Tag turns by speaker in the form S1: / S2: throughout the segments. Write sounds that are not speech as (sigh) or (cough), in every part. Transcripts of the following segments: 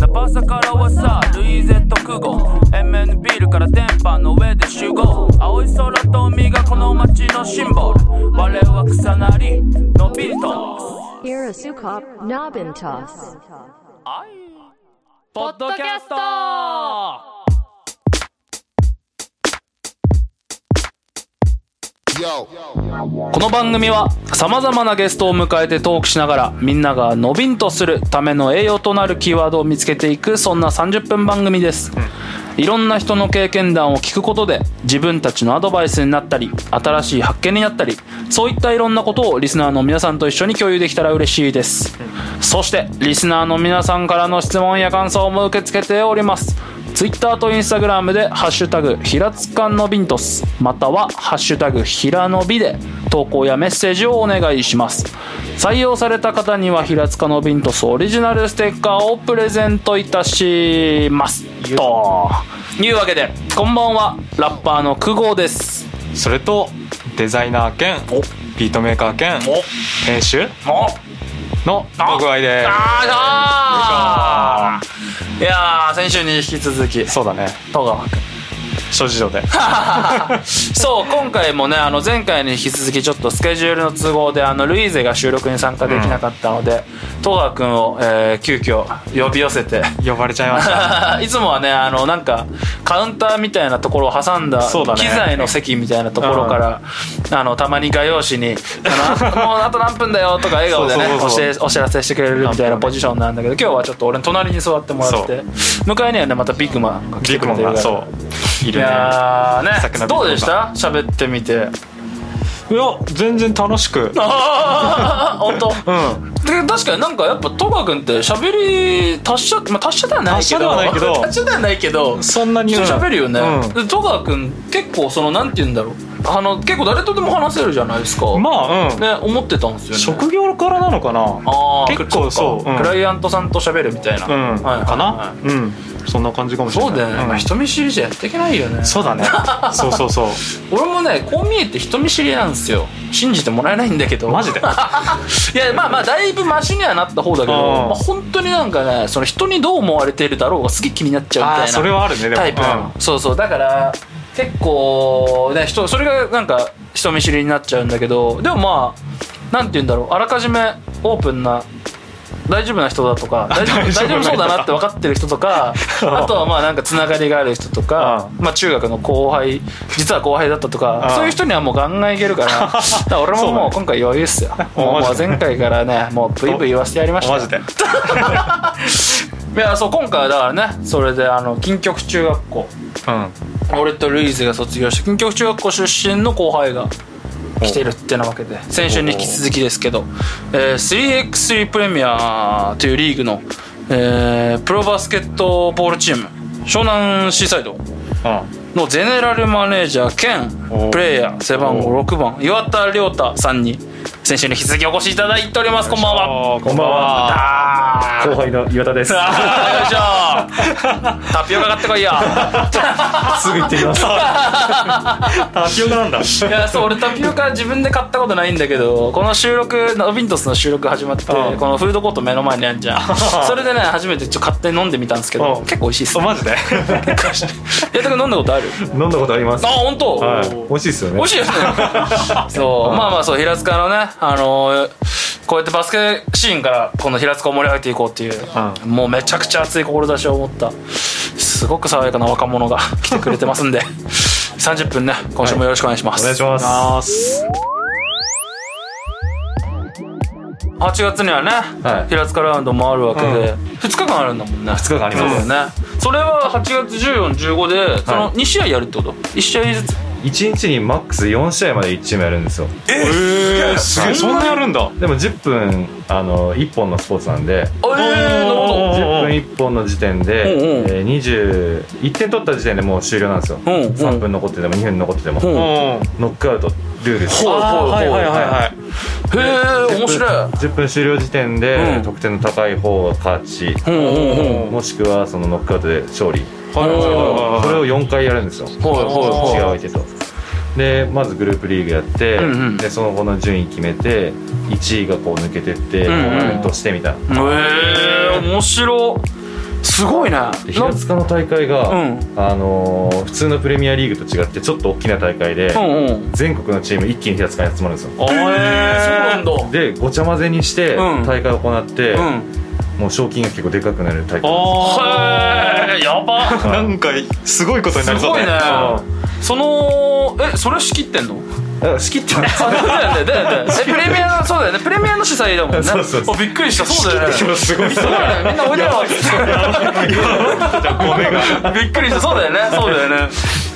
S1: ナパサからはさルイゼット空港 MN ビールから電波の上で集合青い空と海がこの街のシンボル我は草なりのビート
S2: Irasukop Nobintos.
S1: ポッドキャストこの番組はさまざまなゲストを迎えてトークしながらみんながのびんとするための栄養となるキーワードを見つけていくそんな30分番組です、いろんな人の経験談を聞くことで自分たちのアドバイスになったり新しい発見になったりそういったいろんなことをリスナーの皆さんと一緒に共有できたら嬉しいです、そしてリスナーの皆さんからの質問や感想も受け付けておりますツイッターとインスタグラムで「ハッシュタグひらつかのびんとす」または「ハッシュタグひらのび」で投稿やメッセージをお願いします採用された方にはひらつかのびんとすオリジナルステッカーをプレゼントいたしますというわけでこんばんはラッパーの久保です
S3: それとデザイナー兼
S1: お
S3: ビートメーカー兼
S1: お
S3: 編集
S1: お
S3: の僕愛で
S1: あーあーいやー先週に引き続き
S3: そうだね
S1: 戸川君
S3: 諸事情で
S1: そう今回もねあの前回に引き続きちょっとスケジュールの都合であのルイーゼが収録に参加できなかったので、戸川君を、えー急遽呼び寄せ
S3: (laughs)
S1: て
S3: 呼ばれちゃいました
S1: いつもはねあのなんかカウンターみたいなところを挟んだ
S3: そうだね
S1: 機材の席みたいなところから、あのたまに画用紙にあのもうあと何分だよ」とか笑顔でね
S3: そうそうそうそ
S1: お知
S3: う
S1: お知らせしてくれるみたいなポジションなんだけど今日はちょっと俺の隣に座ってもらって向かいにはねまたビッグマンが (laughs) 来
S3: ビ
S1: て
S3: ッグ
S1: くれて
S3: モ
S1: るか
S3: ンが
S1: ら
S3: そうい
S1: い
S3: るねいや
S1: や
S3: さっ
S1: ー
S3: き
S1: ね
S3: の
S1: どうでした喋ってみて
S3: 全然楽しく
S1: ああ本当
S3: うん
S1: で確かになんかやっぱ戸川君って喋り達者まあ達者ではないけど
S3: 達者ではないけど
S1: (laughs) 達者ではないけど
S3: そんなに
S1: 普通に喋るよね、
S3: う
S1: で戸川君結構そのなんて言うんだろうあの結構誰とでも話せるじゃないですか
S3: んまあうん
S1: ね思ってたんですよね
S3: 職業からなのかな
S1: あー
S3: 結構
S1: そっか
S3: そううん
S1: クライアントさんと喋るみたいな、
S3: うん
S1: はい
S3: か
S1: は
S3: なうんそんな感じかも
S1: い
S3: しれ
S1: そ
S3: ないう
S1: だよね、
S3: ん
S1: まあ人見知りじゃやっていけないよね
S3: そう
S1: (laughs)
S3: だねそうそうそう
S1: 俺もねこう見えて人見知りなんですよ信じてもら (laughs) えないんだけど
S3: マジで
S1: いやまあまあだいぶマシにはなった方だけど、
S3: う
S1: ま
S3: ん
S1: あ、本当になんかねその人にどう思われているだろうがすげえ気になっちゃうみたい
S3: あ
S1: な
S3: あそれはあるねでも
S1: タイプなの、そうそうだから結構ね人それがなんか人見知りになっちゃうんだけどでもまあなんて言うんだろうあらかじめオープンな大丈夫な人だとか大丈夫
S3: 大丈
S1: 大
S3: 夫
S1: 丈夫そうだなって分かってる人と
S3: (laughs)
S1: かあとはまあなんかつながりがある人とか、
S3: う
S1: まあ、中学の後輩実は後輩だったとか、
S3: うん
S1: そういう人にはもうガンガンいけ (laughs) るからだから俺ももう今回余裕っすよ、もうも
S3: マジ
S1: う
S3: で
S1: 前回からねもうブイブイ言わせてやりま
S3: う
S1: し
S3: ん
S1: た
S3: マ
S1: よ
S3: ジで
S1: (laughs) いやそう今回はだからねそれであの金曲中学校
S3: うん
S1: 俺とルイーズが卒業して近局中学校出身の後輩が来てるってなわけで先週に引き続きですけど、えー 3x3 プレミアというリーグの、えープロバスケットボールチーム湘南シーサイド
S3: う
S1: のゼネラルマネージャー
S3: お
S1: 兼
S3: う
S1: プレイヤー背番号6番岩田亮太さんに先週に引き続きお越しいただいておりますこんばんは
S3: んこんばんは
S1: あー
S4: 後輩の岩
S1: (laughs)
S4: 田です。
S1: あーよいしょタピオカ買ってこいよ
S4: すぐ行ってきます。
S3: タピオカなんだ
S1: いやそう俺タピオカ自分で買ったことないんだけどこの収録のビントスの収録始まって
S3: うん
S1: このフードコート目の前にあるじゃんそれでね初めてちょっと買って飲んでみたんですけど
S3: うん
S1: 結構美味しいっす
S3: お
S1: ね
S3: マジで
S1: えだから飲んだことある
S4: 飲んだことあります
S1: あ。本当、
S4: はい。美味しいですよ
S1: (laughs)
S4: ね。
S1: 美味しいですねそうまあまあそう平塚のねあのーこうやってバスケシーンからこの平塚を盛り上げていこうっていう、
S3: う
S1: もうめちゃくちゃ熱い志を持ったすごく爽やかな若者が (laughs) 来てくれてますんで30分ね今週もよろしくお願いします、
S4: お願いします。
S3: あー
S1: 8月にはね、
S4: はい
S1: 平塚ラウンドもあるわけで、2日間あるんだもんね2日
S4: 間あります
S1: そうだよねそれは8月1415でその2試合やるってこと、1試合ずつ
S4: 一日にマックス4試合まで1チームやるんですよ。
S3: えー、すげえそんなやるんだ
S4: でも10分あの1本のスポーツなん
S1: あ
S4: で。
S1: えー、なるほ
S3: おー
S4: 10分1本の時点で、
S1: うんうん
S4: えー20 1点取った時点でもう終了なんですよ、
S1: うんうん
S4: 3分残ってても2分残ってても、
S1: ど、うん
S3: うん
S4: ノックアウトルールです
S1: ほう
S3: あー
S1: ほうほう
S3: はいはいはいはい
S1: へえ面白い
S4: 10分終了時点
S1: う
S4: で
S1: ん
S4: 得点の高い方が勝ち
S1: ほうほうほう
S4: もしくはそのノックアウトで勝利
S3: はいはいはいはい
S4: それを4回やるんですよ
S1: ほいほい
S4: 違
S1: ほ
S4: う相手とでまずグループリーグやって、
S1: うんうん
S4: でその後の順位決めて1位がこう抜けてって、
S1: う
S4: コ
S1: んうん
S4: ーナメントしてみたいな
S1: うへえ面白すごいね
S4: で平塚の大会が、
S1: うん
S4: あのー普通のプレミアリーグと違ってちょっと大きな大会で、
S1: うんうん
S4: 全国のチーム一気に平塚に集まるんですよ
S3: あーえー
S1: そうなんだ
S4: でごちゃ混ぜにして
S1: うん
S4: 大会を行って、
S1: うん
S4: もう賞金が結構でかくなる大会
S3: あ
S1: へえやば
S3: ーなんかすごいことにな
S1: す
S3: りそう
S1: ごいね
S3: だ
S1: そのえそれ仕切ってんの
S4: あ仕切ってます
S1: あだよねだよねえプレミアそうだよねプレミアの主催だもんね
S4: そうそうそう
S1: あびっくりしたそうだよねす
S3: ねすごい (laughs)
S1: ごいねみんなおいでよ
S3: 米が
S1: びっくりしたそうだよねそうだよね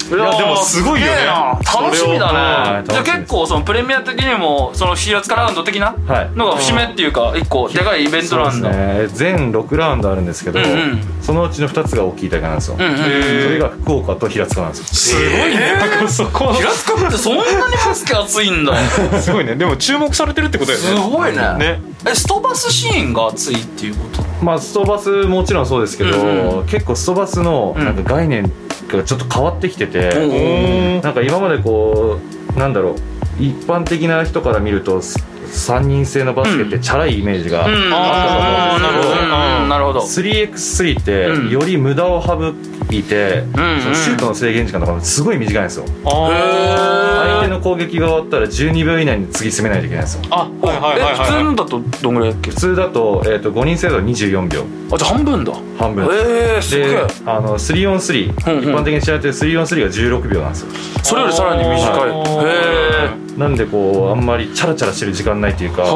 S1: い
S3: や
S1: ー
S3: でもすごいよね
S1: げえな楽しみだ
S4: それをはい
S1: ねじゃあ
S4: 楽しみです
S1: 結構そのプレミア的にもその平塚ラウンド的な
S4: はい
S1: のが節目っていうか一個でかいイベント
S4: そう
S1: な
S4: で
S1: ん
S4: す
S1: だ
S4: ね全6ラウンドあるんですけど、
S1: うんうん
S4: そのうちの2つが大きい大会なんですよ、
S1: うんうん
S4: それが福岡と平塚なんですよ
S3: すごいねだからそこ
S1: 平塚ってそんなにバスケ熱いんだ
S3: すごいねでも注目されてるってことだよね
S1: すごいね
S3: ね
S1: えストバスシーンが熱いっていうこと
S4: まあストバスもちろんそうですけど、
S1: うん
S4: 結構ストバスの
S1: うん
S4: なんか概念がちょっと変わってきてて、
S1: おー
S3: お
S4: なんか今までこうなんだろう一般的な人から見ると3人制のバスケってチャラいイメージが
S1: うん
S4: あったと思うんですけど、
S1: あーなるほどうんなるほど
S4: 3x3
S1: うん
S4: ってより無駄を省いて、
S1: うん
S4: そのシュートの制限時間とかもすごい短いんですよ、
S3: あ
S1: へー
S3: ー
S4: 相手の攻撃が終わったら12秒以内に次攻めないといけないんですよ
S3: あはいはいはい
S1: え普通
S3: は
S1: のだとどんぐらいだっけ
S4: 普通だと,、えー、と5人制だと24秒
S1: あじゃあ半分だ
S4: 半分
S1: ええー、すげ
S4: で
S1: え
S4: あの 3on3 一
S1: うんうん
S4: 般的に知られてる 3on3 が16秒なんですよ
S1: それよりさらに短い
S3: あー
S1: へ
S4: (laughs) なんでこうあんまりチャラチャラしてる時間ないっていう
S1: (laughs)
S4: か
S3: い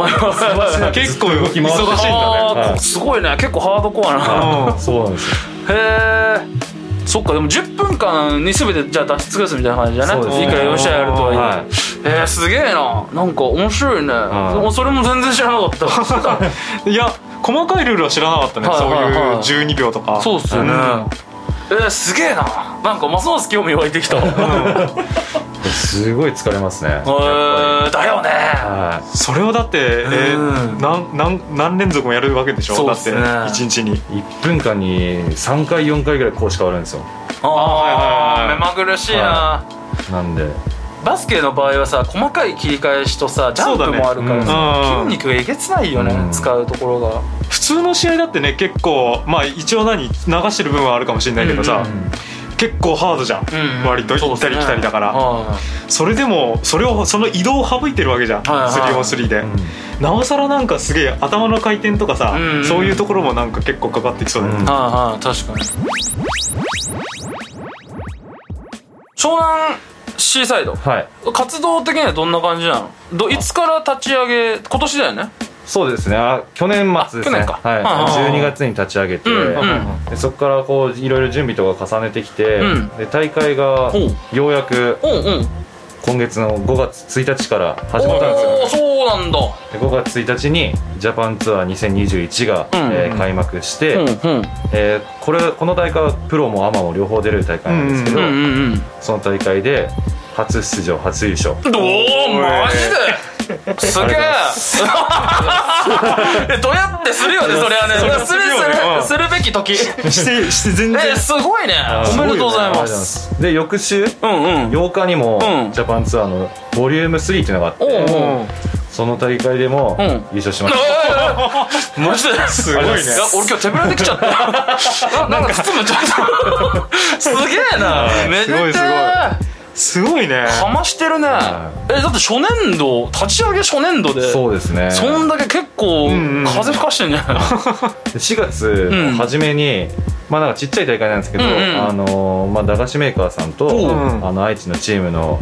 S3: (laughs) 結構動き
S1: え
S3: 回って
S1: 忙
S3: る
S1: しいんだね
S4: はい
S1: すごいね結構ハードコアな
S4: あそうなんですよ
S1: へえそっかでも10分間に全てじゃあ出し尽くすみたいな感じじゃな
S4: そうです
S1: い
S4: ね
S1: いくら4試合やるとはいえ、
S4: は
S1: えー、すげえななんか面白いね、
S4: はい
S1: もうそれも全然知らなかった
S3: いや細かいルールは知らなかったね
S1: はい
S3: そう
S1: はいはい
S3: いう12秒とか
S1: そうっすよね、えー、すげえななんかますます興味湧いてきた、え
S4: いすごい疲れますねやっぱ
S1: ー、だよね
S4: りは
S3: それをだってえ
S1: う
S3: ー
S1: ん
S3: なんなん何連続もやるわけでし
S1: そ
S3: ょ
S1: うっ
S3: だっ
S1: す
S3: て
S1: ね
S3: 1日に
S4: い1分間に3回4回ぐらいこうし変わるんですよ
S1: あ
S3: はい
S1: あ
S3: はいは
S1: 目
S3: い
S1: まぐるしいな、
S4: はなんで
S1: バスケの場合はさ細かい切り返しとさジャンプもあるから
S4: そう
S1: さ、
S3: だねうん
S1: 筋肉がえげつないよね、
S4: うん
S1: 使うところが
S3: 普通の試合だってね結構まあ一応何流してる分はあるかもしれないけど
S1: う
S3: さ
S1: ん
S3: 結構ハードじゃん割と行ったり来たりだからそれでもそれをその移動を省いてるわけじゃん
S1: はいはい
S3: 3on3 で
S4: うん
S3: なおさらなんかすげえ頭の回転とかさ
S1: うんうん
S3: そういうところもなんか結構かかってきそうだよね
S4: うん
S1: はいはい確かに湘南シーサイド
S4: はい
S1: 活動的にはどんな感じなのどいつから立ち上げ今年だよね
S4: そうですねあ去年末ですね
S1: あ去年かはいはい
S4: は
S1: はい
S4: い、12月に立ち上げて、
S1: うん
S3: うん
S4: でそこからこういろいろ準備とか重ねてきて、
S1: うん
S4: で大会が
S1: ほ
S4: ようやく
S1: うんうん
S4: 今月の5月1日から始まったんですよ
S1: おおそうなんだ
S4: で5月1日にジャパンツアー2021が、
S1: うん
S4: えー開幕して、
S1: うんうん
S4: えーこれこの大会はプロもアマも両方出れる大会なんですけど、
S1: うんうんうん
S4: その大会で初出場初優勝
S1: どう
S3: おい
S1: マジですげえ (laughs) えどうやってするよねそれはね
S3: それは
S1: する
S3: するよねうん
S1: するするべ (laughs) き時
S3: してして全然
S1: えすごいねおめでとうございます
S4: すで翌週
S1: うんうん
S4: 8日にも、
S1: うん
S4: ジャパンツアーのボリューム3っていうのがあって
S1: おうおう
S3: うん
S4: その大会でも
S1: うん
S4: 優勝しまし
S1: マジです
S3: すごいね
S1: 俺今日手ぶらできちゃったななんか包むちゃったすげえなめ
S3: すご
S1: で
S3: い
S1: て
S3: すごい
S1: え
S3: すごいね
S1: かましてるねえだって初年度立ち上げ初年度で
S4: たそうですね
S1: そんだけ結構
S3: うんうん
S1: 風吹かしてんじゃない
S4: で4月の初めに、まあなんかちっちゃい大会なんですけど、
S1: うんうん
S4: あのーまあ、駄菓子メーカーさんと、
S3: ん
S4: あの愛知のチームの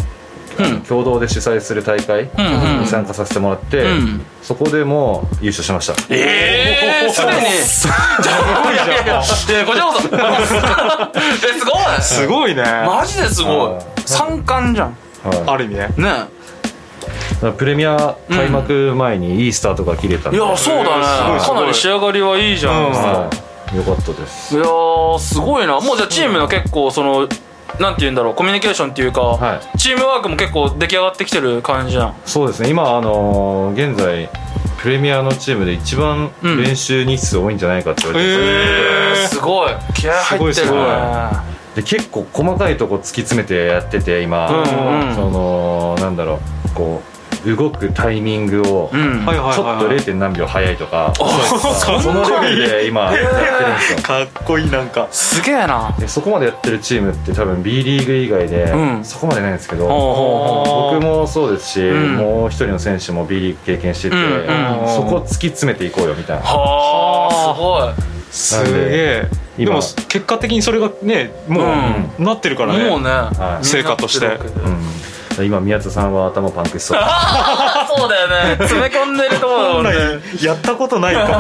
S1: うん
S4: 共同で主催する大会
S1: うんうん
S4: に参加させてもらって、
S1: うん
S4: そこでもう優勝しました、
S1: ええすでにすごいじゃんいやいやいやこちらこそえすごい
S3: すごいね
S1: マジですご
S4: はい
S1: い三冠じゃん
S4: はい
S3: ある意味ね
S1: ね
S4: だからプレミア開幕前にいいスタートが切れたん
S1: い
S4: で、
S1: やそうだ
S3: えーす
S1: ねか
S3: ごいすごい
S1: なり仕上がりはいいじゃん
S3: うん
S1: い
S4: はいよかったです
S1: やーすごいなもうじゃあチームの結構そのなんて言うんだろうコミュニケーションっていうか、
S4: はい
S1: チームワークも結構出来上がってきてる感じじゃん
S4: そうですね今あのー現在プレミアのチームで一番
S1: うん
S4: 練習日数多いんじゃないかって言われてます、
S3: へー
S1: すごい気合入って
S3: す
S1: る
S3: ごいすごい
S1: ね
S4: で結構細かいとこ突き詰めてやってて今、
S1: うんうん
S4: そのなんだろうこう動くタイミングを、
S1: うん、
S3: はいはい
S4: ちょっ
S3: はい
S4: と
S3: はい
S4: 0. 何秒早いとか
S3: そ
S4: その
S3: ん
S4: レ
S3: な
S4: ベルで今やってるんですよ
S3: かっこいいなんか
S1: すげえな
S4: でそこまでやってるチームって多分 B リーグ以外で、
S1: うん
S4: そこまでないんですけど、
S1: ほうほ
S3: あー
S4: 僕もそうですし、
S1: うん
S4: もう一人の選手も B リーグ経験してて、
S1: うんうん
S4: そこを突き詰めていこうよみたいな
S1: はあす
S3: すげえ
S4: 今
S3: でも結果的にそれがねもうなってるから
S1: ごいもう
S3: ね
S1: ね、
S4: い
S3: 成果として
S1: みんな強く
S4: うん、今宮田さんは頭パンクしそう
S1: あそうだよね詰め込んでるところ
S3: 本
S1: だもんね
S3: 来やったことないこと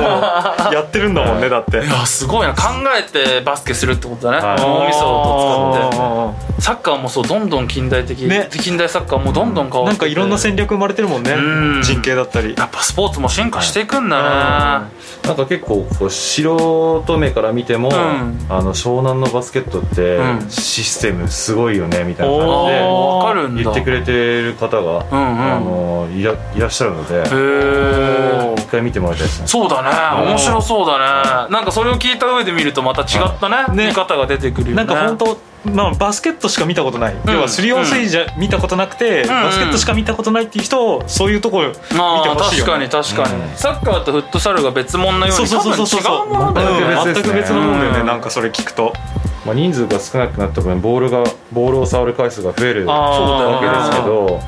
S1: (laughs)
S3: をやってるんだもんねだって
S1: いやすごいな考えてバスケするってことだね
S4: はい
S1: 脳みそを使って
S3: あ
S1: サッカーもそうどんどん近代的、
S3: ね
S1: 近代サッカーもどんどん変
S3: ー
S1: わ
S3: な
S1: っ
S3: ん
S1: てて
S3: かいろんな戦略生まれてるもんね
S1: うん
S3: 人形だったり
S1: やっぱスポーツも進化していくんだね
S4: なんか結構こう素人目から見ても、
S1: ん
S4: あの湘南のバスケットって
S1: うん
S4: システムすごいよねみたいな
S1: あ
S4: 感じで
S1: ーわかるんだ
S4: 言ってくれてる方が、
S1: うんうん
S4: あのいらいらっしゃるので
S1: へえ
S4: 一回見てもらいたいですね
S1: そうだ
S3: う
S1: ね
S3: ん
S1: 面白そうだねなんかそれを聞いた上で見るとまた違ったね
S3: ね
S1: 見方が出てくるよね
S3: なんか本当まあ、バスケットしか見たことない、要は 3on3 じゃ見たことなくて、バスケットしか見たことないっていう人をそういうところ見て
S1: まあ
S3: ほし
S1: 確
S3: いよ、
S1: か
S3: ね
S1: に、確かに、
S4: うん
S1: サッカーとフットサルが別物のよう
S3: そう
S1: に
S3: そう
S1: 多分
S3: そうそう
S1: 違
S3: そう
S1: うものだよね
S4: うん
S3: 全く別のもんだよね、
S1: うん
S3: なんかそれ聞くと
S4: まあ、人数が少なくなった分ボールがボールを触る回数が増えるわ
S1: あ
S4: け
S1: ー
S4: ですけど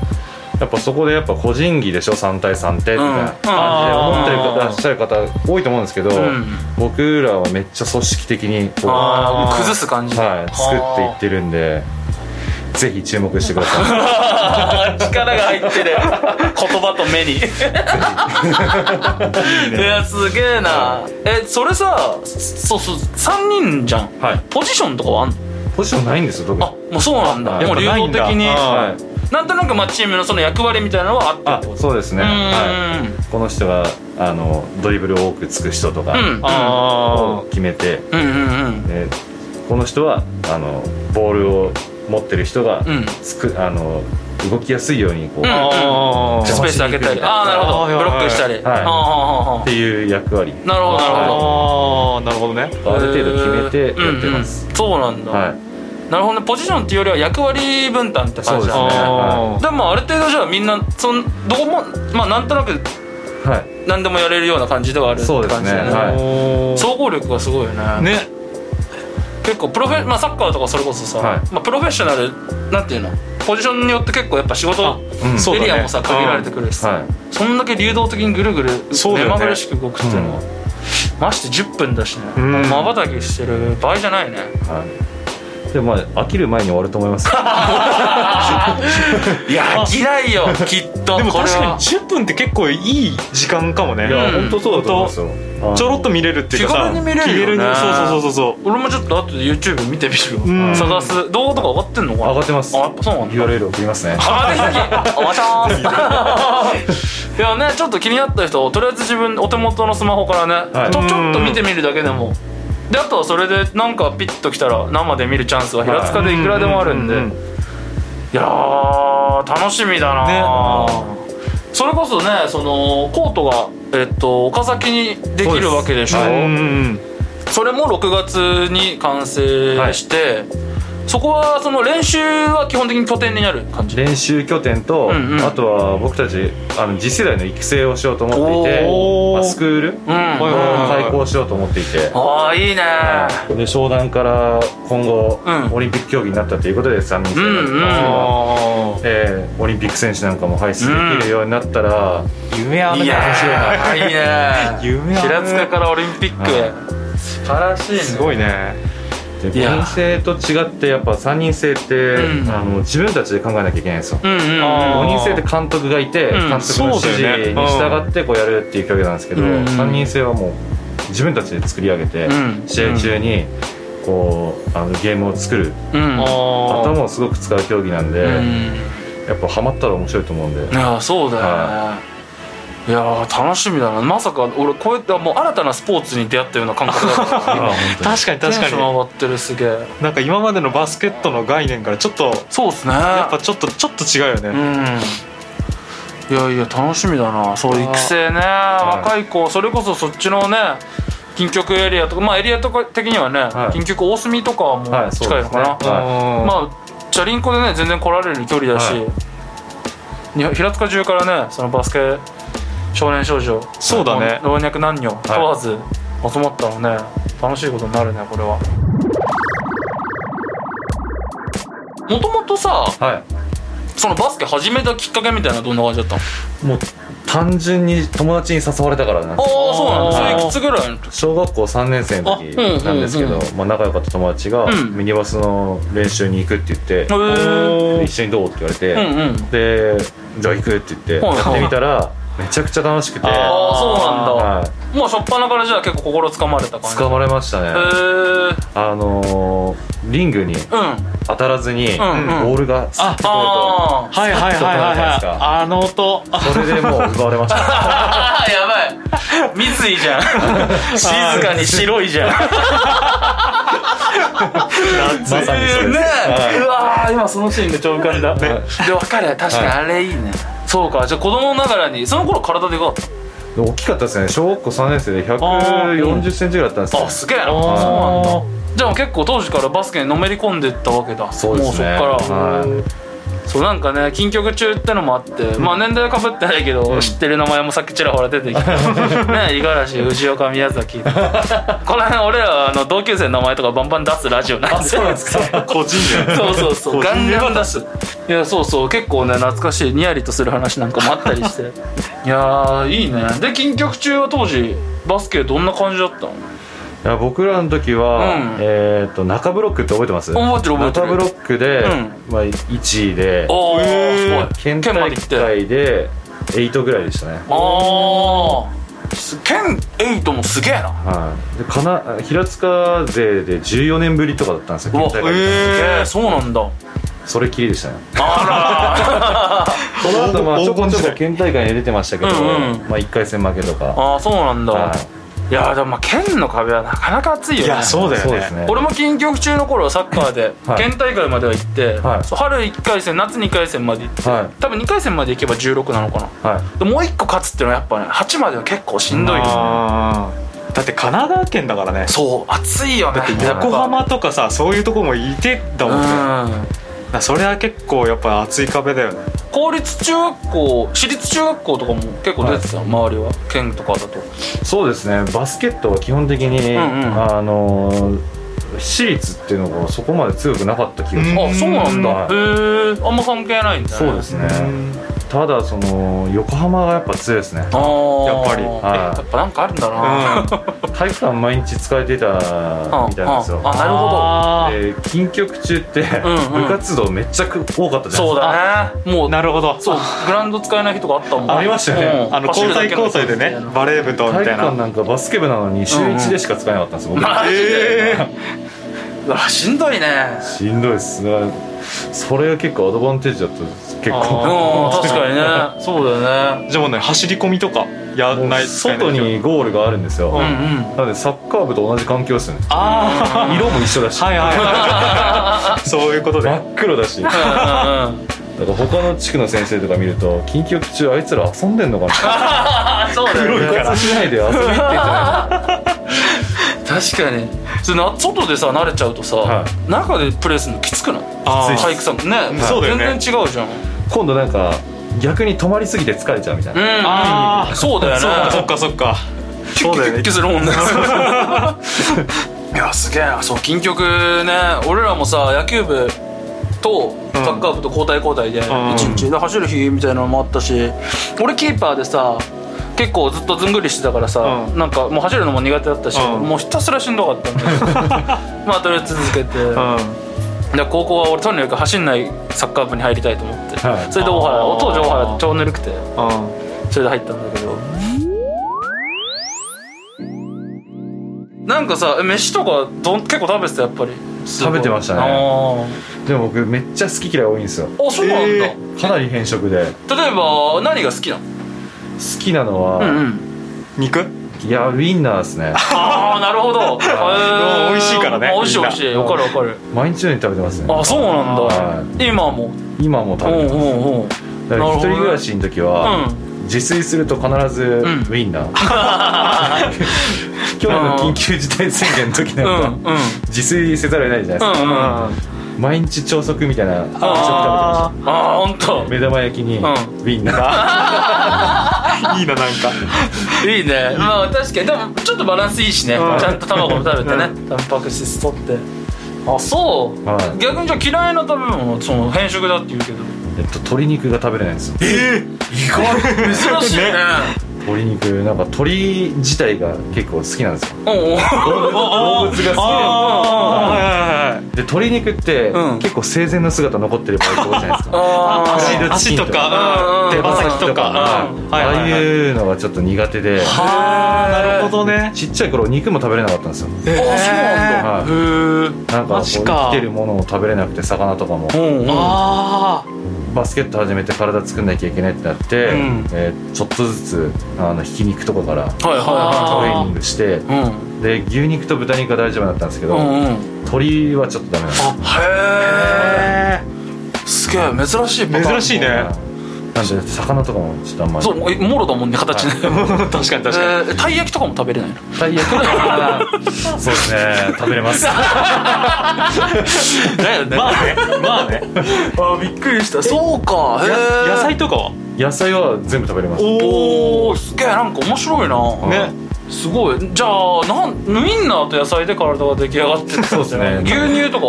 S4: やっぱそこでやっぱ個人技でしょ3対3ってみたいな感じで思ってる方いらっしゃる方多いと思うんですけど、
S1: うん
S4: 僕らはめっちゃ組織的にこう、は
S1: あー崩す感
S4: い、
S1: じで、
S4: 作っていってるんでぜひ注目してください。
S1: あー (laughs) 力が入ってる言葉と目にいやすげえなえそれさそうそう3人じゃん (laughs)
S4: はい、
S1: ポジションとかはあんの
S4: ポジションないんですよ特に
S1: あもうそうなんだ
S4: あや
S1: もう
S4: っぱ
S1: 流
S3: ない
S1: 動
S3: ん
S1: 的
S3: だ
S1: に
S3: あ
S4: はい、
S1: なんとなくまあチームのその役割みたいなのはあって
S4: あそうですね、は
S1: うーん
S4: い、この人があのドリブルを多くつく人とか
S1: うん
S4: を
S3: あ
S4: 決めて、
S1: うんうんうん
S4: でこの人はあのボールを持ってる人が
S1: うん
S4: つく、あの動きやすいようにこう、
S1: うん
S4: っ
S3: あ
S1: スペース開けたりああなるほ
S3: は
S1: ど
S3: いは
S1: ブ
S3: い
S1: ロ
S3: はい
S1: ックしたり、
S4: い
S1: はあはあはあ
S4: ていう役割
S1: なるほどなるほど
S3: ああなるほどね
S4: ある程度決めてやってます
S1: うん、うんそうなんだ、
S4: はい
S1: なるほどねポジションっていうよりは役割分担って感じだ
S4: そうですね
S3: あ
S1: でもある程度じゃあみんなそのどこもまあなんとなく
S4: はい
S1: 何でもやれるような感じではあるって
S4: そ
S1: 感
S4: う
S1: じ
S4: ですね
S1: だよね
S3: ー
S4: はい
S3: おー
S1: 総合力がすごいよね
S3: ね
S1: 結構プロフェ、まあ、サッカーとかそれこそさ、
S4: はい
S1: まあ、プロフェッショナルなんていうのポジションによって結構やっぱ仕事
S4: うん
S3: そう
S1: エ
S3: だね
S1: リアもさ限られてくるしさ、
S4: はい
S1: そんだけ流動的にぐるぐる
S3: そうだ
S1: 目
S3: よね
S1: まぐるしく動くっていうのは、まして10分だしね
S3: うん
S1: まばたきしてる場合じゃないね
S4: はいでもまあ飽きる前に終わると思
S1: (laughs)
S4: います
S1: いや嫌い (laughs) よきっと
S3: でも
S1: これ
S3: 確かに
S1: は
S3: 10分って結構いい時間かもね
S4: いや、
S1: うん
S4: 本当そうだと思いますよあの
S3: ちょろっと見れるっていうかさ
S1: 気軽に見れるよね
S3: 気軽にそうそうそうそう
S1: 俺もちょっと後で YouTube 見てみるよ、
S3: うん
S1: 探す動画とか上がってんのかな
S4: 上がってます
S1: あやっぱそうなんだ
S4: URL 送りますね
S1: あぜひぜひお待ちして (laughs) ますいやねちょっと気になった人とりあえず自分お手元のスマホからね、
S4: はい
S1: とちょっと見てみるだけでもであとはそれでなんかピッときたら生で見るチャンスは平塚でいくらでもあるんで、
S3: う
S1: い、やー楽しみだな、それこそねそのコートがえっと岡崎にできるわけでしょ
S4: そうで
S3: んうん
S1: それも6月に完成して、そこはその練習は基本的に拠点になる感じ
S4: 練習拠点と、
S1: うんうん
S4: あとは僕たちあの次世代の育成をしようと思っていて、
S3: おー
S4: まあ、スクール
S1: うん、
S3: いはい
S4: を開校しようと思っていて、
S1: ああいいね、
S4: で商談から今後、
S1: うん
S4: オリンピック競技になったということで3人制
S1: う
S4: だ
S1: ん
S4: ったんですけど、
S1: うん
S3: あー
S4: えーオリンピック選手なんかも輩出できるようになったら、
S3: 夢あるね
S1: いやーいいね
S3: 夢ある
S1: 平塚からオリンピックへ、素晴らしいね
S3: すごいね
S4: で
S1: いや
S4: 5人制と違ってやっぱ3人制って、
S1: うん
S4: あの自分たちで考えなきゃいけないんですよ。
S1: うんうんうん
S3: あ
S4: 5人制って監督がいて、
S1: うん
S4: 監督の指示に従ってこうやるっていう競技なんですけど、
S1: うん
S4: 3人制はもう自分たちで作り上げて、
S1: うん
S4: 試合中にこうあのゲームを作る
S1: うん
S3: 頭
S4: 頭をすごく使う競技なんで、
S1: うん
S4: やっぱハマったら面白いと思うんで、
S1: いやそうだよね、
S4: は
S1: いやー楽しみだなまさか俺こうやってもう新たなスポーツに出会ったような感覚だったから (laughs)
S4: あ本
S3: 確かに
S1: テン
S3: 確
S1: シ
S3: か
S1: ョン
S3: に
S1: 上がってるすげえ
S3: なんか今までのバスケットの概念からちょっと
S1: そうですね
S3: やっぱちょっとちょっと違うよ
S1: う
S3: ね、
S1: んいやいや楽しみだなそう育成ね若い子それこそそっちのね近局エリアとかまあエリアとか的にはね、
S4: い
S1: 近局大隅とかはも
S4: は
S1: う
S4: いそうですね
S1: 近いのかな、
S3: あー
S1: まあチャリンコでね全然来られる距離だし、
S4: は
S1: に平塚中からねそのバスケ少年少女
S3: そうだね
S1: 老若男女問わず集まったらね楽しいことになるねこれはもともとさ
S4: 当はい
S1: そのバスケ始めたきっかけみたいなのはどんな感じだったの
S4: もう単純に友達に誘われたからなんです
S1: ああそうなのそ
S3: あー
S1: れいくつぐらいの時
S4: 小学校3年生の時
S1: あうん
S4: なんですけど、
S1: うん
S4: まあ、仲良かった友達が
S1: うん
S4: ミニバスの練習に行くって言って
S1: へ、ー
S4: 一緒にどうって言われて、
S1: うんうん
S4: でじゃあ行くって言って
S1: はい
S4: やってみたらめちゃくちゃ楽しくて、
S1: ああ
S4: は
S1: そうなんだ
S4: い、
S1: もう初っ端からじゃあ結構心つかまれた感じ
S4: 掴まれましたね、
S1: へえ
S4: あのーリングに
S1: うん
S4: 当たらず
S1: う
S4: に、
S1: んうん
S4: ボールがスッと
S1: あ
S4: 通
S3: はいはいはいはい
S4: ちょっとなん
S3: はい
S4: ですか
S3: あの音あ
S4: るとそれでもう奪われました
S1: (laughs) あーやばい三井じゃん (laughs) 静かに白いじゃん
S4: まさにそれです、
S1: ね
S4: はいう
S1: わー今そのシーンが超浮かんだ、
S4: ね
S1: で分かる確かにあれいいね、そうかじゃあ子供ながらにその頃体でかかっ
S4: 大きかったですね小学校3年生で1 4 0ンチぐらいあったんです
S1: た
S4: よ
S1: あすげえなそう
S4: ー
S1: なんだ
S3: あ
S1: じゃあもう結構当時からバスケにのめり込んでったわけだ
S4: そうですね
S1: もうそっから、
S4: はい
S1: そうなんかね近局中ってのもあって、まあ年代かぶってないけど、知ってる名前もさっきちらほら出てき (laughs) たね五十嵐藤岡宮 (laughs) 崎この辺俺らあの同級生の名前とかバンバン出すラジオなんでそうなんですか
S3: 個人で
S1: そうそうそうガンガン出すいやそうそう結構ね懐かしいニヤリとする話なんかもあったりして (laughs) いやーいいねで近局中は当時バスケどんな感じだったの
S4: いや僕らの時は、
S1: うん
S4: えっと中ブロックって覚えてます
S1: 覚えてる覚えてる
S4: 中ブロックで、
S1: う
S4: まあ、1位で
S1: おーすごい
S4: 県
S1: 県ま
S4: 大
S1: で行って
S4: 会で8ぐらいでしたね、
S1: ああ県エイトもすげえな
S4: はい、でかな平塚勢で14年ぶりとかだったんですよ
S1: うわ
S4: 県大会
S1: えー、そうなんだ
S4: それっきりで
S1: (laughs)
S4: したね
S1: あら
S3: (laughs)
S4: その後まあ
S3: 黄
S4: ちょこ
S3: 金
S4: ちょ
S3: 時代
S4: こ県大会に出てましたけど、
S1: うんうん
S4: まあ、1回戦負けとか
S1: あーそうなんだ、、
S4: はい
S1: やーでもまあ県の壁はなかなか厚いよ
S3: い
S1: ね
S3: やそうだよね
S4: そうですね
S1: 俺も近局中の頃はサッカーで
S4: はい
S1: 県大会までは行って、
S4: はい
S1: そう春1回戦夏2回戦まで行って
S4: は
S1: 多分2回戦まで行けば16なのかない
S4: はい
S1: でもう1個勝つっていうのはやっぱね8までは結構しんどいよ
S3: あーだって神奈川県だからね
S1: そう暑いよね
S3: だって
S1: やっぱ
S3: 横浜とかさそういうとこもいてだもんねだか
S1: うん
S3: らそれは結構やっぱ厚い壁だよね
S1: 公立中学校私立中学校とかも結構出てたの、周りは県とかだと
S4: そうですねバスケットは基本的に、
S1: うんうん
S4: あのー私立っていうのがそこまで強くなかった気がします、
S3: うん
S1: あそうなんだ
S4: はい
S1: へえあんま関係ないんだ、ね、
S4: そうですねただその横浜がやっぱ強いですね
S1: ああ
S3: やっぱり
S4: はい
S1: やっぱなんかあるんだな、
S3: うん
S4: 体育館毎日使えてたみたいなんですよ
S1: ああなるほど
S3: あー
S4: で近局中って
S1: んうん
S4: 部活動めっちゃく多かったじゃないですか、
S1: そうだねもう
S3: なるほど
S1: そうグラウンド使えない日とかあったもん
S4: ありましたよね
S1: うん
S3: あの
S1: 走
S3: 交
S1: るだ
S3: 代
S1: けの
S3: 交代でねバレー部とみ
S4: 体育
S3: たい
S4: 館
S3: な
S4: なんかバスケ部なのに週1でしか使えなかったんですよ、僕
S1: マジで、
S3: え
S1: うわしんどいね
S4: しんどいですねそれが結構アドバンテージだったんです結
S1: う
S4: 構
S1: ん
S3: あー
S1: 確かにね
S3: (laughs)
S1: そうだよね
S3: じゃあもうね走り込みとかやんない
S4: 外にゴールがあるんですよ、
S1: うんう
S4: なん
S3: (laughs)
S4: のでサッカー部と同じ環境ですよね
S3: あ
S4: 色も一緒だし、
S3: あはいはいはいそういうことで
S4: 真っ黒だしだか
S1: うんうんうん
S4: ら他の地区の先生とか見ると近畿中あいつら遊んでんのかな
S1: あそうだ
S3: (laughs)
S1: よね
S4: 部活しないで遊びに行ってんじゃ
S1: 確かにそれな外でさ慣れちゃうとさ、
S4: は
S1: 中でプレーするのきつくない
S3: あー
S1: 体育さんね、
S3: そうだよね
S1: 全然違うじゃん
S4: ない今度なんか逆に止まりすぎて疲れちゃうみたいな、
S1: うん
S3: あー
S1: そうだよね
S3: そっかそっかそっか
S1: キュッ
S3: そ
S1: キ
S3: うだ
S1: ュッキュ
S3: よね
S1: ッキュするもんね (laughs) いやすげえなそう近局ね俺らもさ野球部とサッカー部と交代交代で
S3: ん
S1: 一日で走る日みたいなのもあったし俺キーパーでさ結構ずっとずんぐりしてたからさ、
S3: うん
S1: なんかもう走るのも苦手だったし、
S3: うん
S1: もうひたすらしんどかったんだけどま
S3: (laughs)
S1: あとりあえず続けて、
S3: う
S1: で高校は俺とにかく走んないサッカー部に入りたいと思って、
S4: はい
S1: それで大
S3: あ
S1: 原
S3: ー
S1: 当時大原超ぬるくて
S3: んうん
S1: それで入ったんだけどなんかさえ飯とかどん結構食べてたやっぱり
S4: 食べてましたね
S1: あー
S4: でも僕めっちゃ好き嫌い多いんですよ
S1: あそうなんだ、
S3: え
S1: 例え
S4: かなり偏食で
S1: ば何が好きなの
S4: 好きなのは、
S1: うんうん
S3: 肉
S4: いやウィンナーですね
S1: ああなるほどへー
S3: 美味しいからね
S1: まあ美味しい
S3: み
S1: 美
S3: んな
S1: 味しいわかるわかる
S4: 毎日のように食べてますね
S1: あそうなんだ
S4: は
S1: 今も
S4: い今も
S1: う
S4: 食
S1: ん
S4: べ
S1: う
S4: てます
S1: んうん
S4: だか
S1: なる
S4: ら
S1: ほ
S4: 一
S1: どね
S4: 人暮らしの時は、
S1: う
S4: 自炊すると必ずウ
S1: ん
S4: ィンナー、
S1: (laughs)
S4: 去年の緊急事態宣言の時なんか、
S1: んうんうん
S4: 自炊せざるを得ないじゃないですか、
S1: あ
S4: 毎日朝食みたいな朝食食べてま
S1: あーあーほん
S4: し
S1: と
S4: た目玉焼きにウ
S1: ん
S4: ィンナー、
S3: いいななんか
S1: いいねまあ確かにでもちょっとバランスいいしね
S3: うん
S1: ちゃんと卵も食べてね
S3: う
S1: タンパク質取ってあそう
S4: はい
S1: 逆にじゃあ嫌いな食べ物はその偏食だって言うけど
S4: えっと鶏肉が食べれないんですよ
S3: ええ意外
S1: 珍しい (laughs) ね
S4: 鶏肉なんか鶏自体が結構好きなんですよ
S1: おうおう
S4: 動物が好き
S3: (laughs) ああはいはいはい
S4: で鶏肉って、
S1: うん
S4: 結構生前の姿残ってる場合多いじゃないですか
S1: あ
S4: シー
S1: ー
S4: ルドチ
S3: 足
S4: キン
S3: と
S4: とか
S3: かうん
S1: 手
S3: 手
S1: 羽
S3: 羽
S1: 先
S3: 先とか
S4: う
S3: うんんはいはい
S4: ああ
S3: はい
S4: いうのがちょっと苦手で
S1: あー
S3: なるほどね
S4: ちっちゃい頃肉も食べれなかったんですよ
S1: あそうなんだ
S4: は
S1: へ
S4: いなんかこ
S3: マ
S4: う
S3: ジ
S4: 生
S3: か
S4: きてるものを食べれなくて魚とかも
S1: えうんうん
S3: あ
S4: バスケット始めて体作んなきゃいけないってなって、
S3: うん
S4: えーちょっとずつあのひき肉とかからト
S1: はいは
S4: レーニングして
S1: いはいうん
S4: で牛肉と豚肉は大丈夫だったんですけど、
S1: うんうん
S4: 鶏はちょっとダメなんです
S1: へえ
S3: あ
S1: すげえ珍しいパターン
S3: 珍しいね
S4: なんで魚とかもちょっとあんまり
S1: そうえもろだもんね形ね
S3: 確かに確かに
S1: えーたい焼きとかも食べれ
S3: (laughs)
S1: ないの
S4: 最悪
S1: (laughs)
S4: そうですね食べれます
S1: だ (laughs) よね
S3: まあねまあね
S1: あびっくりしたそうかへえ
S3: 野菜とかは
S4: 野菜は全部食べれます
S1: おおすげえなんか面白いな
S4: ね
S1: すごいじゃあなんウインナーと野菜で体が出来上がってる
S4: そうですね
S1: 牛乳とか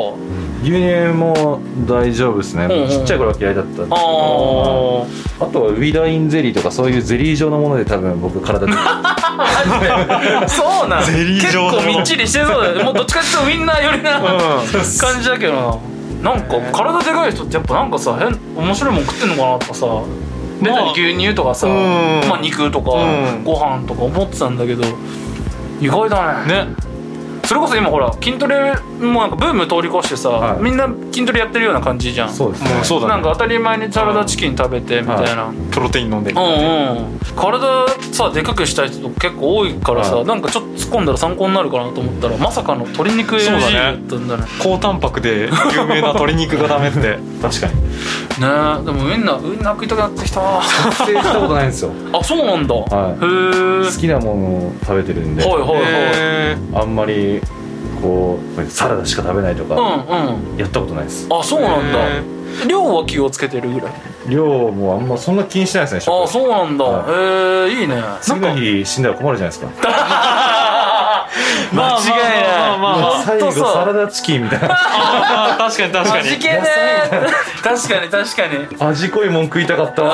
S4: 牛乳も大丈夫ですね、
S1: うんうん
S4: ちっちゃい頃は嫌いだったんですけど
S1: あー
S3: (laughs)
S4: あとはウィダインゼリーとかそういうゼリー状のもので多分僕体
S1: (laughs)
S4: に
S1: そうなの
S3: ゼリー状の
S1: 結構みっちりしてそうだよね
S3: (laughs)
S1: もうどっちかっていうとウインナー寄りな感じだけどななんか体でかい人ってやっぱなんかさ変面白いもん食ってんのかなとかさ出たり牛乳とかさ、
S3: うん
S1: まあ、肉とか、
S3: うん
S1: ご飯とか思ってたんだけど意外だね
S3: ね
S1: それこそ今ほら筋トレもなんかブーム通り越してさ、
S4: はい
S1: みんな筋トレやってるような感じじゃん
S4: そうですね
S3: もうそうだね
S1: なんか当たり前にサラダチキン食べてみたいな、
S3: プロテイン飲んで
S1: うんうん体さでかくしたい人と結構多いからさ、
S4: はい
S1: なんかちょっと突っ込んだら参考になるかなと思ったらまさかの鶏肉 NG
S3: そうだね
S1: だったんだね
S3: 高タンパクで有名な鶏肉がダメって (laughs) 確かに
S1: ねえでもウインナーウインナー食いたくなってきたなあ
S4: 覚醒したことないんですよ
S1: そうなんだ、
S4: はい
S1: へ
S4: (laughs) 好きなものを食べてるんで、
S1: えはいはいはい
S3: へ
S4: あんまりこうサラダしか食べないと
S1: う
S4: か、
S1: んうん
S4: やったことないです
S1: あそうなん
S3: へ
S1: だ量は気をつけてるぐらい
S4: 量もあんまそんな気にしてないですね食
S1: あそうなんだ、へえいいねなん
S4: 次の日死んだら困るじゃないですか
S3: まあまあまあまあまあ
S4: 最後
S1: ほんとそう
S4: サラダチキンみたい
S1: (laughs)
S4: な
S3: あー確かに確かに
S1: 味気ねー確かに確かにうんうんうん
S4: 味濃いもん食いたかったな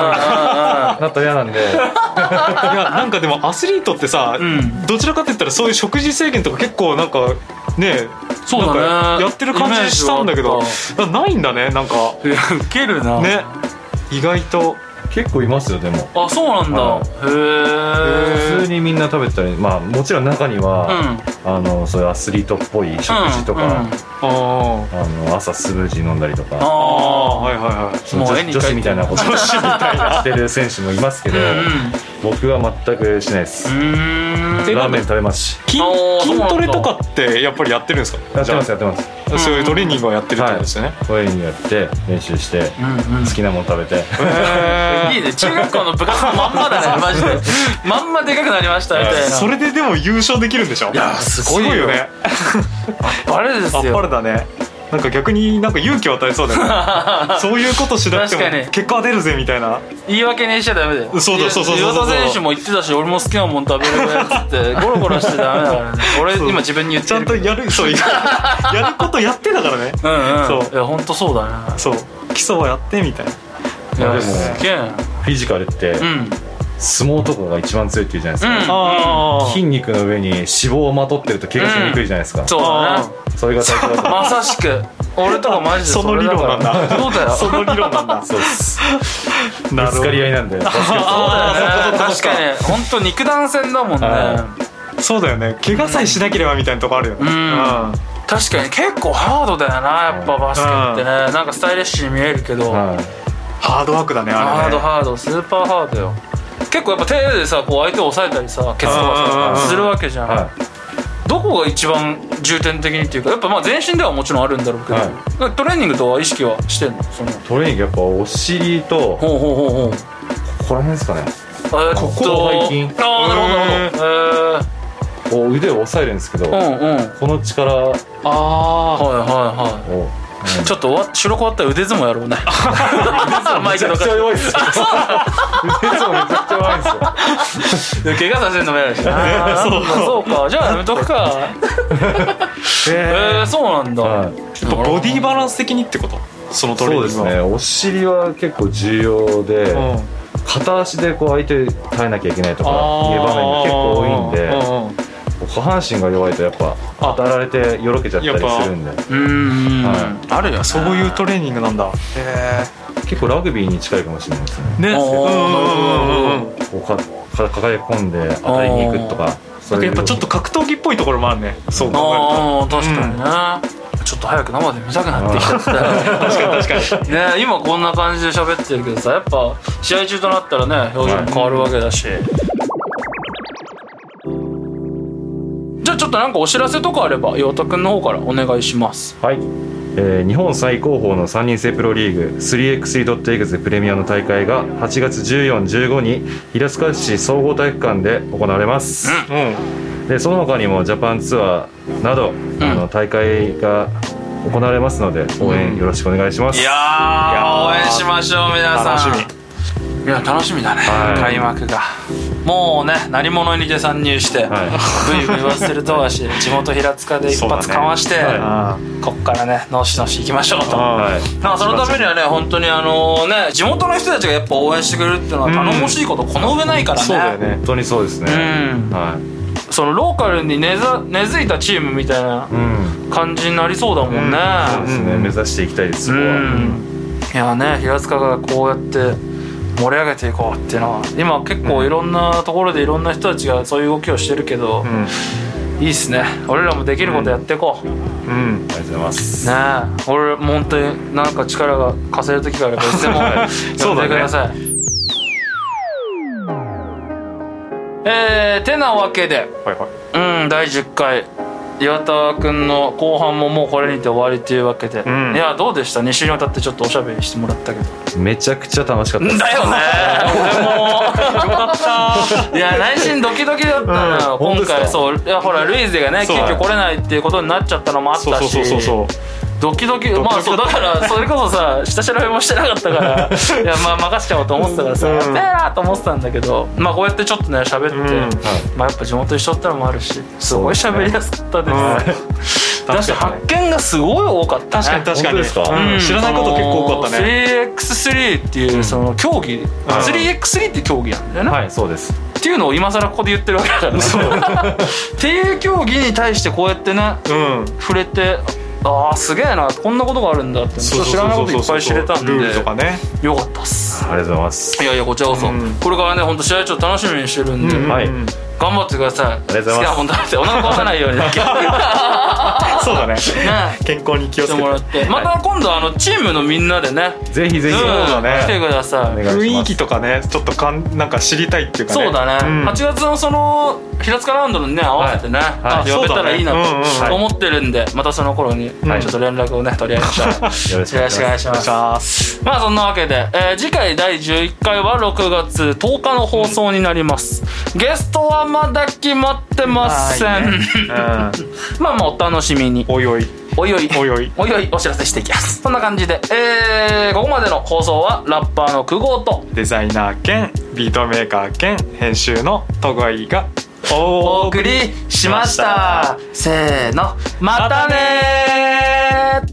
S4: なったら嫌なんで
S3: いやなんかでもアスリートってさ、
S1: うん
S3: どちらかって言ったらそういう食事制限とか結構なんかね
S1: そうだね
S3: なんかやってる感じしたんだけ
S1: イ
S3: ど
S1: メ
S3: なないんだねなんか
S1: いやウケるな
S3: ね意外と
S4: 結構いますよでも
S1: あそうなんだ、
S4: は
S1: へえ
S4: 普通にみんな食べたりまあもちろん中には、あのそういうアスリートっぽい食事とか、
S1: うんうん
S3: あー
S4: あの朝スムージー飲んだりと
S1: あ
S4: か
S3: あー
S1: あ
S3: はいはい (laughs) はい
S4: その
S1: もう絵
S4: 女
S1: に描いてる
S4: 女子みたいなことをしてる選手もいますけど、
S1: う
S4: 僕は全くしないです、
S1: んうんうーん
S4: ラーメン食べますし
S3: 筋
S1: あー
S3: 筋トレとかってやっぱりやってるんです
S4: や
S3: か
S4: ってますやってます
S3: あそういうトレーニングをやってるってことですよね、
S4: トレーニングやって練習して
S1: うんうん
S4: 好きなもの食べて、
S1: いいね中学校の部活のまんまだねマジでまんまでかくなりましたみたいな
S3: それででも優勝できるんでしょい
S1: やーすごいよ
S3: よね
S1: バレです
S3: あっぱれ
S1: よ
S3: だねなんか逆になんか勇気を与えそうだよねそういうことしなくても
S1: 確かに
S3: 結果は出るぜみたいな
S1: 言い訳にしちゃダメだよ
S3: そうだそうそうそうそう
S1: 岩田選手も言ってたし俺も好きなもん食べるぐらいっつってゴロゴロしてダメだからね俺
S3: そう
S1: 今自分に言っ
S3: ち
S1: て
S3: ゃん
S1: る
S3: とやるそうやることやってだからね
S1: うんうん
S3: そう
S1: いや本当そうだね
S3: そう基礎はやってみたいない
S4: まあ
S1: や
S4: でも
S1: すげえ
S4: フィジカルって
S1: うん
S4: 相撲とかが一番強いって言うじゃないですか、
S1: うん
S3: あー
S4: 筋肉の上に脂肪をまとってると怪我しにくいじゃないですか、
S1: そうだね
S3: あ
S4: それが最強だと思う
S1: まさしく俺とかマジで
S3: その
S1: れ
S3: 理論
S1: から
S3: なんだ
S1: そうだよ
S3: その理論なんだ
S4: そうです
S3: な
S4: ぶつかり合いなんでバスケット
S1: そうだよね
S3: あー
S1: 確かに本当肉弾戦だもんね
S4: は
S3: そうだよね怪我さえしなければみたいなとこあるよね
S1: うん
S3: うん
S1: 確かに結構ハードだよなやっぱバスケってねなんかスタイリッシュに見えるけどハ
S4: はい
S3: ハードワークだねあれね
S1: ードハードスーパーハードよ結構やっぱ手でさこう相手を抑えたりさケツと
S3: うんう
S1: か
S3: んう
S1: さ
S3: ん
S1: するわけじゃん、
S4: は
S1: どこが一番重点的にっていうかやっぱまあ全身ではもちろんあるんだろうけど、トレーニングとは意識はしてんのその
S4: い、トレーニングやっぱお尻とこ
S1: ほうほうほうほう
S4: こら辺ですかね
S1: えーっと
S4: ここ背筋
S1: ああなるほどなるほどえ
S4: こう腕を押さえるんですけど、
S1: ーうんうんはい
S4: この力を、
S3: あ
S1: はいはいちょっとわ収録終わったら腕相撲や (laughs) ろうねマイクの
S4: めちゃくちゃ弱いですよ (laughs) 腕相撲めちゃくちゃ弱いんですよ
S1: 怪我させるのも嫌だ (laughs) しな
S3: そう
S1: そうかじゃあやめとくか (laughs) えー、そうなんだ、
S4: はい
S3: やっぱボディバランス的にってことそのトレー
S4: そ
S3: ニング
S4: うで
S3: は
S4: すねお尻は結構重要で、片足でこう相手耐えなきゃいけないとかいう場面が結構多いんで、下半身が弱いとやっぱ当たられてよろけちゃったりするんで
S1: うーん、
S4: は
S1: あるよ
S3: そういうトレーニングなんだ
S4: 結構ラグビーに近いかもしれないですね
S3: ね
S1: あー
S3: うんうんうんうん
S4: こうかか抱え込んで当たりに行くとかそ
S3: な
S4: うんい
S3: かや
S4: う
S3: っぱちょっと格闘技っぽいところもあるねそう考
S1: ああ確かにね、ちょっと早く生で見たくなってきちゃった (laughs) 確かに確かに (laughs) ね今こんな感じで喋ってるけどさやっぱ試合中となったらね表情も変わるわけだし、じゃあちょっとなんかお知らせとかあれば陽太くんの方からお願いします
S4: はい、えー日本最高峰の3人制プロリーグ 3x3.exe プレミアの大会が8月1415に平塚市総合体育館で行われます、
S1: うん
S3: えると
S4: でその他にもジャパンツアーなど、あの大会が行われますので応援よろしくお願いします、
S1: いや
S3: ー
S1: 応援しましょう皆さんみ
S3: 楽し
S1: いや楽しみだね、
S4: はい
S1: 開幕がもうね何者にで参入して、
S4: は
S1: ブイブイ言わせるとはし地元平塚で一発かまして、
S4: そうだねはい
S3: あ
S1: こっからねのしのし行きましょうと
S3: あ
S4: はい
S1: まあそのためにはね本当にあのね地元の人たちがやっぱ応援してくれるっていうのは頼もしいことこの上ないからね、
S3: そうだよね
S4: 本当にそうですね、
S1: うん
S4: はい、
S1: そのローカルに根ざ根付いたチームみたいな
S4: うん、
S1: 感じになりそうだもんね
S4: そうですね、目指していきたいですそこ
S1: う
S4: は、
S1: んいやね平塚がこうやって盛り上げていこうっていうのは今結構いろんなところでいろんな人たちがそういう動きをしてるけど、いいっすね俺らもできることやっていこう、
S3: うんうん
S4: ありがとうございます
S1: ねえ俺もう本当になんか力が貸せる時があればいつでも
S3: (laughs) そ
S1: 呼
S3: うんだ
S1: で
S3: ね
S1: ください、えー、てなわけで
S3: はいはい
S1: うん第10回岩田君の後半ももうこれにて終わりというわけで、
S3: ん
S1: いやどうでした2週にわたってちょっとおしゃべりしてもらったけど
S4: めちゃくちゃ楽しかったです
S1: だよね俺もよかったいや内心ドキドキだったのよ、
S4: うん本
S1: 今
S4: 当ですか
S1: 回そういやほらルイーゼがね急
S3: そう
S1: 遽来れないっていうことになっちゃったのもあったし
S3: そうそうそうそう
S1: ドキドキ
S3: ドキドキ
S1: まあそうだからそれこそさ (laughs) 下調べもしてなかったからいやまあ任せちゃおうと思ってたからさ
S3: うん
S1: やっべえなと思ってたんだけどまあこうやってちょっとね喋って、
S3: うん
S1: まあやっぱ地元一緒ってのもあるしすごい喋りやすかったです、
S3: う
S1: (laughs)
S3: ん
S1: だし発見がすごい多かった、ね、
S3: 確かに確か
S4: 本当
S3: に
S4: ですか
S3: うん知らないこと結構多かったね
S1: ね 3x3 っていうその競技、3x3 って競技なんだよね、
S4: はいそうです
S1: っていうのを今更ここで言ってるわけだからね (laughs) っていう競技に対してこうやってね
S3: うん
S1: 触れてああすげえなこんなことがあるんだってちょっと知らないこといっぱい知れたんで
S3: ルールとかね
S1: よかったっす
S4: ありがとうございます
S1: いやいやこちらこそ、
S3: うん
S1: これからね本当試合ちょっと楽しみにしてるんで、
S3: うん
S4: はい
S3: うん
S1: 頑張ってくださいあり
S4: がとうござい
S1: 好
S4: ます
S1: きな本食べてお腹壊さないように
S3: (laughs)
S1: だけね
S3: (laughs) そうだね
S1: し
S3: 健康に気をつ
S1: て
S3: けて
S1: もらってまた今度あのチームのみんなでね
S4: ぜひぜひ、
S1: うん
S3: だね
S1: 来てください
S4: お願いし
S3: 雰
S4: ま
S3: 囲
S4: す
S3: 気とかねちょっとかんなんか知りたいっていうかね
S1: そうだね、
S3: ん
S1: 8月のその平塚ラウンドにね合わせてね、あ
S3: そ
S1: 呼べ
S3: うだね
S1: たらいいな
S3: うんうんはい
S1: と思ってるんで、またその頃にちょ
S3: い
S1: っと連絡をね取り合いま
S3: (laughs)
S1: しょう
S4: よろしくお
S1: よ
S4: 願
S1: ろ
S4: い
S1: し
S4: し
S1: くお
S4: ま
S1: 願いします
S3: お願
S4: す
S3: いします
S1: まあそんなわけで、えー次回第11回は6月10日の放送になりますゲストはまだ決まってません、
S3: うん
S1: まあまあお楽しみに
S3: おいおい
S1: おいおい
S3: おいおい
S1: おいおいお知らせしていきますそんな感じで、えーここまでの放送はラッパーの久保と
S3: デザイナー兼ビートメーカー兼編集の戸川がお
S1: お送りしましたせーのまたねー